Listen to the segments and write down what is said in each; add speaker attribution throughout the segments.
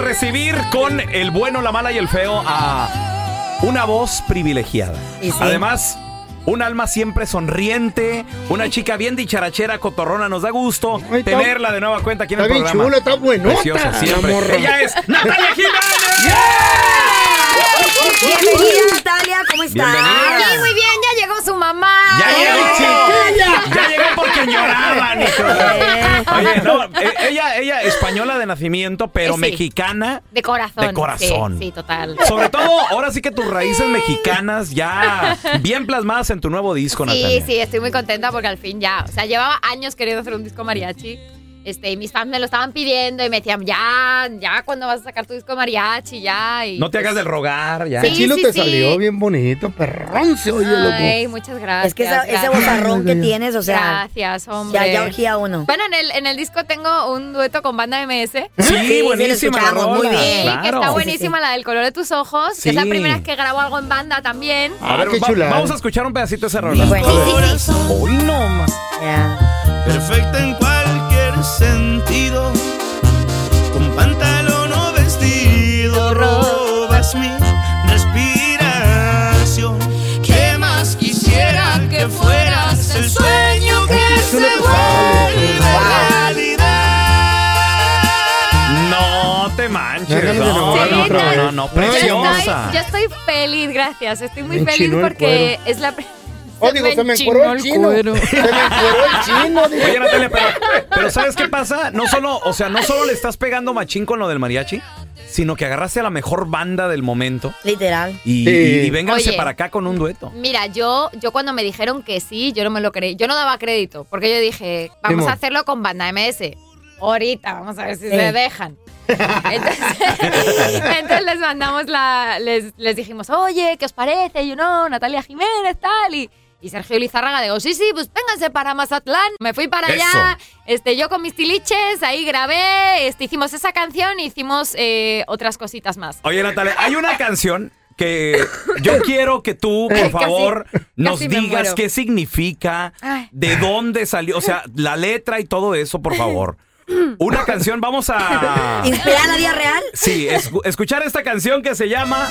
Speaker 1: recibir con el bueno, la mala y el feo a una voz privilegiada.
Speaker 2: Y sí.
Speaker 1: Además, un alma siempre sonriente, una chica bien dicharachera, cotorrona, nos da gusto
Speaker 3: Ay, está-
Speaker 1: tenerla de nueva cuenta aquí en el
Speaker 3: Está bien
Speaker 1: programa.
Speaker 3: chula, está buenota.
Speaker 1: Preciosa siempre.
Speaker 3: La morra.
Speaker 1: Ella es Natalia Jiménez.
Speaker 2: Bienvenida, Natalia, ¿cómo estás?
Speaker 1: Bienvenida.
Speaker 4: Sí, muy bien, ya llegó su mamá.
Speaker 1: Ya
Speaker 4: Eh,
Speaker 1: llegó. Ya llegó porque lloraban. hijo. Oye, no, eh, ella, ella española de nacimiento, pero
Speaker 4: Eh, Sí.
Speaker 1: mexicana.
Speaker 4: De corazón.
Speaker 1: De corazón.
Speaker 4: Sí, sí, total.
Speaker 1: Sobre todo, ahora sí que tus raíces mexicanas ya bien plasmadas en tu nuevo disco,
Speaker 4: Sí,
Speaker 1: Natalia.
Speaker 4: sí, estoy muy contenta porque al fin ya, o sea, llevaba años queriendo hacer un disco mariachi. Este, y mis fans me lo estaban pidiendo y me decían, ya, ya, ¿cuándo vas a sacar tu disco mariachi? Ya. Y
Speaker 1: No te hagas del rogar, ya.
Speaker 3: El
Speaker 4: Sí,
Speaker 3: chilo
Speaker 4: sí,
Speaker 3: te
Speaker 4: sí.
Speaker 3: salió bien bonito, perrón. Se oye,
Speaker 4: Ay,
Speaker 3: loco.
Speaker 4: muchas gracias.
Speaker 2: Es que esa- ese
Speaker 4: gracias.
Speaker 2: bozarrón que tienes, o sea,
Speaker 4: Gracias, hombre.
Speaker 2: ya, ya urgía uno.
Speaker 4: Bueno, en el, en el disco tengo un dueto con banda MS.
Speaker 1: Sí,
Speaker 2: Sí, sí, lo
Speaker 1: buenísima la
Speaker 2: escuchamos, muy
Speaker 1: rola,
Speaker 2: bien.
Speaker 4: Sí,
Speaker 1: claro.
Speaker 4: que está
Speaker 2: buenísimo.
Speaker 4: buenísima la del color de tus ojos. Que es la
Speaker 1: Sí.
Speaker 4: primera vez que grabo algo en banda también.
Speaker 1: A ver,
Speaker 3: Ah, qué
Speaker 1: va-
Speaker 3: chulada.
Speaker 1: vamos a escuchar un pedacito de ese rola.
Speaker 2: Bueno. Sí, sí, sí.
Speaker 1: Hoy no más.
Speaker 2: Ya.
Speaker 5: perfecta en cualquier sentido. Con pantalón o vestido robas mi respiración. ¿Qué más quisiera que fueras el sueño que se vuelve realidad?
Speaker 1: No te manches.
Speaker 3: Háganos de
Speaker 1: No,
Speaker 3: enamorar
Speaker 1: no,
Speaker 3: otra
Speaker 1: no,
Speaker 3: vez.
Speaker 1: no, no,
Speaker 3: Ay,
Speaker 4: Yo estoy,
Speaker 1: preciosa.
Speaker 4: yo estoy feliz, gracias. Estoy muy
Speaker 3: Me
Speaker 4: feliz
Speaker 3: enchinó el
Speaker 4: porque es la. pri-
Speaker 3: Oh, digo, se me
Speaker 4: enchinó
Speaker 3: encueró el chino. Se me encueró el chino. digo.
Speaker 1: Oye, Natalia, pero, pero ¿sabes qué pasa? No solo, o sea, no solo le estás pegando machín con lo del mariachi, sino que agarraste a la mejor banda del momento
Speaker 2: Literal.
Speaker 1: y,
Speaker 3: Sí.
Speaker 1: y- y vénganse
Speaker 4: Oye.
Speaker 1: para acá con un dueto.
Speaker 4: Mira, yo, yo cuando me dijeron que sí, yo no me lo creí. Yo no daba crédito porque yo dije, vamos
Speaker 3: Simón.
Speaker 4: a hacerlo con banda MS. Ahorita, vamos a ver si
Speaker 2: Sí.
Speaker 4: se dejan. Entonces, entonces les mandamos la. Les, les dijimos, oye, ¿qué os parece? Y yo no, Natalia Jiménez, tal. Y, y Sergio Lizárraga digo, sí, sí, pues vénganse para Mazatlán. Me fui para allá. Este, yo con mis tiliches, ahí grabé. Este, hicimos esa canción y hicimos eh, otras cositas más.
Speaker 1: Oye, Natalia, hay una canción que yo quiero que tú, por
Speaker 4: Casi-
Speaker 1: favor, nos
Speaker 4: casi me
Speaker 1: digas
Speaker 4: muero.
Speaker 1: qué significa,
Speaker 4: Ay.
Speaker 1: de dónde salió, o sea, la letra y todo eso, por favor. Una canción, vamos a...
Speaker 2: ¿Inspirada en la vida real?
Speaker 1: Sí, escu- escuchar esta canción que se llama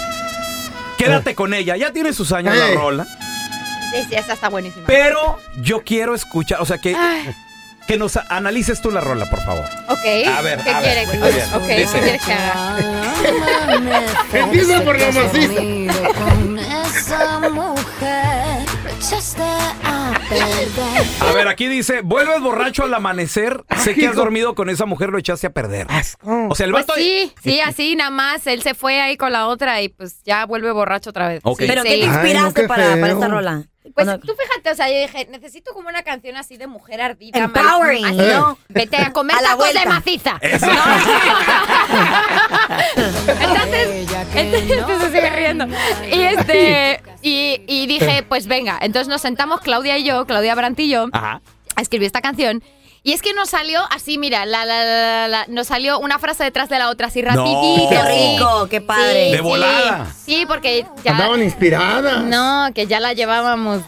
Speaker 1: Quédate con ella. Ya tiene sus años la
Speaker 3: Ey.
Speaker 1: rola.
Speaker 4: Sí, sí, esa está buenísima.
Speaker 1: Pero yo quiero escuchar, o sea, que, que nos a- analices tú la rola, por favor.
Speaker 4: Ok.
Speaker 1: A ver,
Speaker 4: ¿Qué
Speaker 1: a ver,
Speaker 4: quiere?
Speaker 1: muy bien.
Speaker 4: Ok,
Speaker 1: Dice.
Speaker 4: ¿qué quieres que haga?
Speaker 3: Empieza por la maciza.
Speaker 6: Con esa mujer lo echaste a perder.
Speaker 1: A ver, aquí dice, vuelves borracho al amanecer, sé que has dormido con esa mujer, lo echaste a perder. O sea, el
Speaker 4: Pues
Speaker 1: vato...
Speaker 4: sí, sí, así nada más. Él se fue ahí con la otra y pues ya vuelve borracho otra vez.
Speaker 1: Ok.
Speaker 4: Sí,
Speaker 2: ¿Pero
Speaker 4: sí.
Speaker 2: qué te
Speaker 3: no,
Speaker 2: inspiraste
Speaker 3: qué
Speaker 2: para, para
Speaker 3: feo.
Speaker 2: esta rola?
Speaker 4: Pues
Speaker 2: Cuando-
Speaker 4: tú fíjate, o sea, yo dije, necesito como una canción así de mujer ardita.
Speaker 2: Empowering,
Speaker 4: así,
Speaker 2: ¿no?
Speaker 4: ¿no? Vete a comer
Speaker 2: A la
Speaker 4: tacos
Speaker 2: vuelta.
Speaker 4: de maciza.
Speaker 1: Eso.
Speaker 4: entonces, entonces se sigue riendo. Y este, y, y dije, pues venga, entonces nos sentamos Claudia y yo, Claudia Brandt y yo,
Speaker 1: Ajá.
Speaker 4: escribí esta canción. Y es que nos salió así, mira, la, la, la, la, la, nos salió una frase detrás de la otra, así rapidito.
Speaker 2: ¡Qué
Speaker 4: sí.
Speaker 2: rico! ¡Qué padre!
Speaker 1: De volada.
Speaker 4: Sí, porque ya...
Speaker 3: Andaban inspiradas.
Speaker 4: No, que ya la llevábamos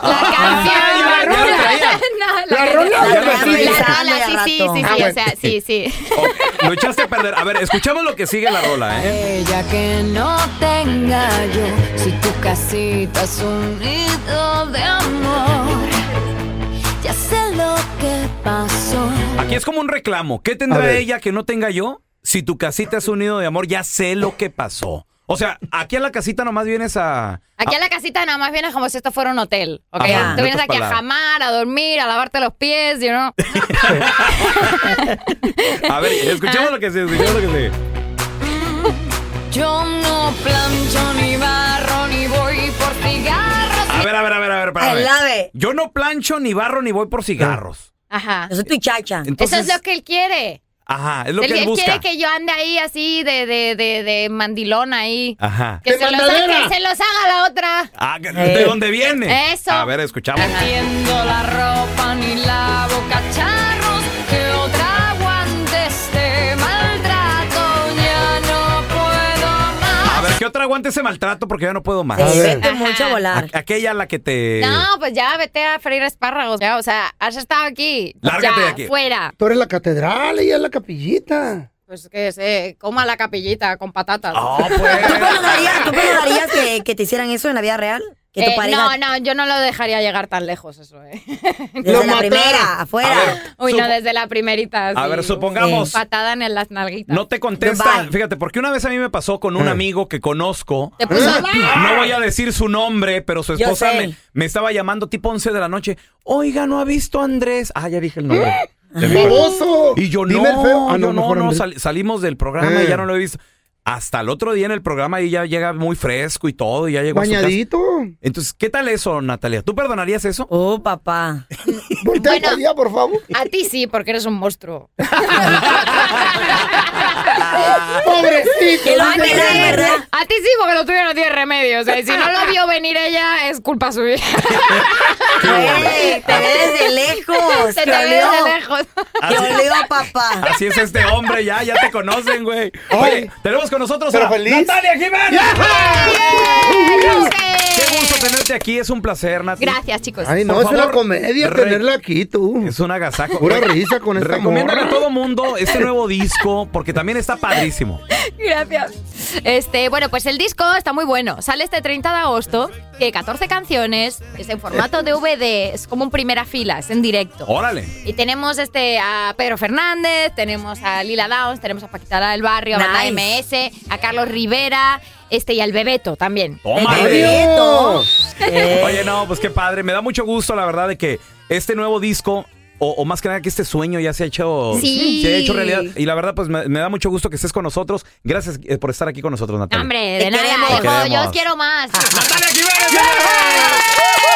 Speaker 3: Ah,
Speaker 4: la
Speaker 3: ah,
Speaker 4: canción,
Speaker 1: ah,
Speaker 4: la
Speaker 1: ya, ya lo
Speaker 4: rola.
Speaker 1: traía.
Speaker 4: No,
Speaker 3: La
Speaker 4: que-
Speaker 3: rola,
Speaker 4: la
Speaker 3: ya
Speaker 4: rola,
Speaker 3: lo traía.
Speaker 4: la rola, sí, sí, sí, sí,
Speaker 3: Ah,
Speaker 4: o sea,
Speaker 3: bueno.
Speaker 4: sí, sí.
Speaker 1: Ok, Lo echaste a perder. A ver, escuchamos lo que sigue la rola, ¿eh?
Speaker 6: Ella que no tenga yo, si tu casita es un nido de amor. Ya sé lo que pasó.
Speaker 1: Aquí es como un reclamo. ¿Qué tendrá
Speaker 3: ver.
Speaker 1: ella que no tenga yo? Si tu casita es un nido de amor, ya sé lo que pasó. O sea, aquí a la casita nomás vienes a...
Speaker 4: Aquí a la casita nada más vienes como si esto fuera un hotel. ¿ok?
Speaker 1: Ajá,
Speaker 4: Tú vienes
Speaker 1: otras
Speaker 4: aquí a
Speaker 1: palabras.
Speaker 4: jamar, a dormir, a lavarte los pies, you know.
Speaker 1: A ver,
Speaker 4: Ah.
Speaker 1: escuchemos lo que sigue, escuchemos lo que sigue.
Speaker 6: Yo no plancho ni barro ni voy por cigarros.
Speaker 1: A ver, a ver, a ver, a ver, para
Speaker 2: El
Speaker 1: ver.
Speaker 2: ave.
Speaker 1: Yo no plancho ni barro ni voy por cigarros.
Speaker 4: Ajá.
Speaker 2: Eso es tu chacha.
Speaker 1: Entonces,
Speaker 4: Eso es lo que él quiere.
Speaker 1: Ajá, es lo
Speaker 4: él
Speaker 1: que él
Speaker 4: él
Speaker 1: busca.
Speaker 4: quiere que yo ande ahí así de, de, de, de mandilón ahí.
Speaker 1: Ajá.
Speaker 4: Que
Speaker 3: ¡De
Speaker 4: se, los
Speaker 3: mandadera!
Speaker 4: haga, que se los haga la otra.
Speaker 1: Ah, que- ¿De
Speaker 2: Eh.
Speaker 1: dónde viene?
Speaker 4: Eso.
Speaker 1: A ver, escuchamos.
Speaker 6: Tiendo la ropa ni lavo cacharros. Que otra aguante este maltrato. Ya no puedo más.
Speaker 1: A ver, ¿qué otra aguante ese maltrato? Porque ya no puedo más.
Speaker 2: Sí,
Speaker 3: ver.
Speaker 2: vete mucho a volar.
Speaker 1: Aqu- Aquella la que te.
Speaker 4: No, pues ya vete a freír espárragos, ya, o sea, has estado aquí.
Speaker 1: Lárgate
Speaker 4: ya,
Speaker 1: de aquí.
Speaker 4: fuera.
Speaker 3: Tú eres la catedral y ella es la capillita.
Speaker 4: Pues que se coma la capillita con patatas. Eh,
Speaker 1: No, pues.
Speaker 2: ¿Tú perdonarías, tú perdonarías que, que te hicieran eso en la vida real? Que tu
Speaker 4: Eh,
Speaker 2: pareja
Speaker 4: no, no, yo no lo dejaría llegar tan lejos eso, eh.
Speaker 2: desde
Speaker 3: lo
Speaker 2: la
Speaker 3: matara.
Speaker 2: primera, afuera.
Speaker 1: A ver,
Speaker 4: Uy,
Speaker 1: supo-
Speaker 4: no, desde la primerita.
Speaker 1: A
Speaker 4: sí.
Speaker 1: ver, supongamos.
Speaker 4: Patada en las nalguitas.
Speaker 1: No te contesta.
Speaker 2: Goodbye.
Speaker 1: Fíjate, porque una vez a mí me pasó con un amigo que conozco.
Speaker 4: Te puso
Speaker 1: No voy a decir su nombre, pero su
Speaker 2: Yo
Speaker 1: esposa
Speaker 2: sé.
Speaker 1: me, me estaba llamando tipo 11 de la noche. Oiga, ¿no ha visto a Andrés? Ah, ya dije el nombre.
Speaker 3: ¡Baboso!
Speaker 1: Y yo no,
Speaker 3: Dime el feo. Ah,
Speaker 1: yo no,
Speaker 3: mejor
Speaker 1: no,
Speaker 3: Andrés.
Speaker 1: sal- salimos del programa y
Speaker 3: Eh.
Speaker 1: ya no lo he visto. Hasta el otro día en el programa y ya llega muy fresco y todo, y ya llegó a su casa.
Speaker 3: Bañadito.
Speaker 1: Entonces, ¿qué tal eso, Natalia? ¿Tú perdonarías eso?
Speaker 2: Oh, papá.
Speaker 3: Voltea para allá, por favor.
Speaker 4: A ti sí, porque eres un monstruo. Ah.
Speaker 3: Pobrecito.
Speaker 2: Que lo
Speaker 3: no
Speaker 2: hagan,
Speaker 3: te
Speaker 2: ¿verdad?
Speaker 3: creas.
Speaker 4: A ti sí, porque lo tuyo no tiene remedio. O sea, si no lo vio venir ella, es culpa suya.
Speaker 2: Güey, te ve desde lejos.
Speaker 4: Se te
Speaker 2: que
Speaker 4: ve
Speaker 2: olió.
Speaker 4: de lejos.
Speaker 2: Que olió, papá.
Speaker 1: Así es este hombre, ya, ya te conocen, güey. Oye, tenemos con nosotros
Speaker 3: Pero
Speaker 1: a
Speaker 3: feliz.
Speaker 1: Natalia Jiménez.
Speaker 4: Sí.
Speaker 1: Qué gusto tenerte aquí, es un placer, Natalia.
Speaker 4: Gracias, chicos.
Speaker 3: Ay, no,
Speaker 1: Por
Speaker 3: es una
Speaker 1: favor,
Speaker 3: comedia
Speaker 1: re-
Speaker 3: tenerla aquí, tú.
Speaker 1: Es un agasajo.
Speaker 3: Pura risa con esta
Speaker 1: Recomiéndale a
Speaker 3: morra.
Speaker 1: todo mundo este nuevo disco porque también está padrísimo.
Speaker 4: Gracias. Este, bueno, pues el disco está muy bueno. Sale este 30 de agosto, tiene 14 canciones, es en formato DVD, es como en primera fila, es en directo.
Speaker 2: Oh.
Speaker 1: Órale.
Speaker 4: Y tenemos este a Pedro Fernández, tenemos a Lila Downs, tenemos a Paquita del Barrio, a Banda MS, a Carlos Rivera, este y al Bebeto también.
Speaker 2: Oh.
Speaker 1: Toma.
Speaker 2: Te ve. Eh,
Speaker 1: Oye, no, pues qué padre. Me da mucho gusto, la verdad, de que este nuevo disco, o, o más que nada que este sueño ya se ha hecho,
Speaker 4: Sí.
Speaker 1: se ha hecho realidad. Y la verdad, pues me, me da mucho gusto que estés con nosotros. Gracias eh, por estar aquí con nosotros, Natalia.
Speaker 4: Hombre,
Speaker 2: Te
Speaker 4: de nada,
Speaker 2: queremos. Ah.
Speaker 1: Te
Speaker 4: hijo,
Speaker 1: queremos.
Speaker 4: yo os quiero más.
Speaker 1: ¡Natalia Jiménez!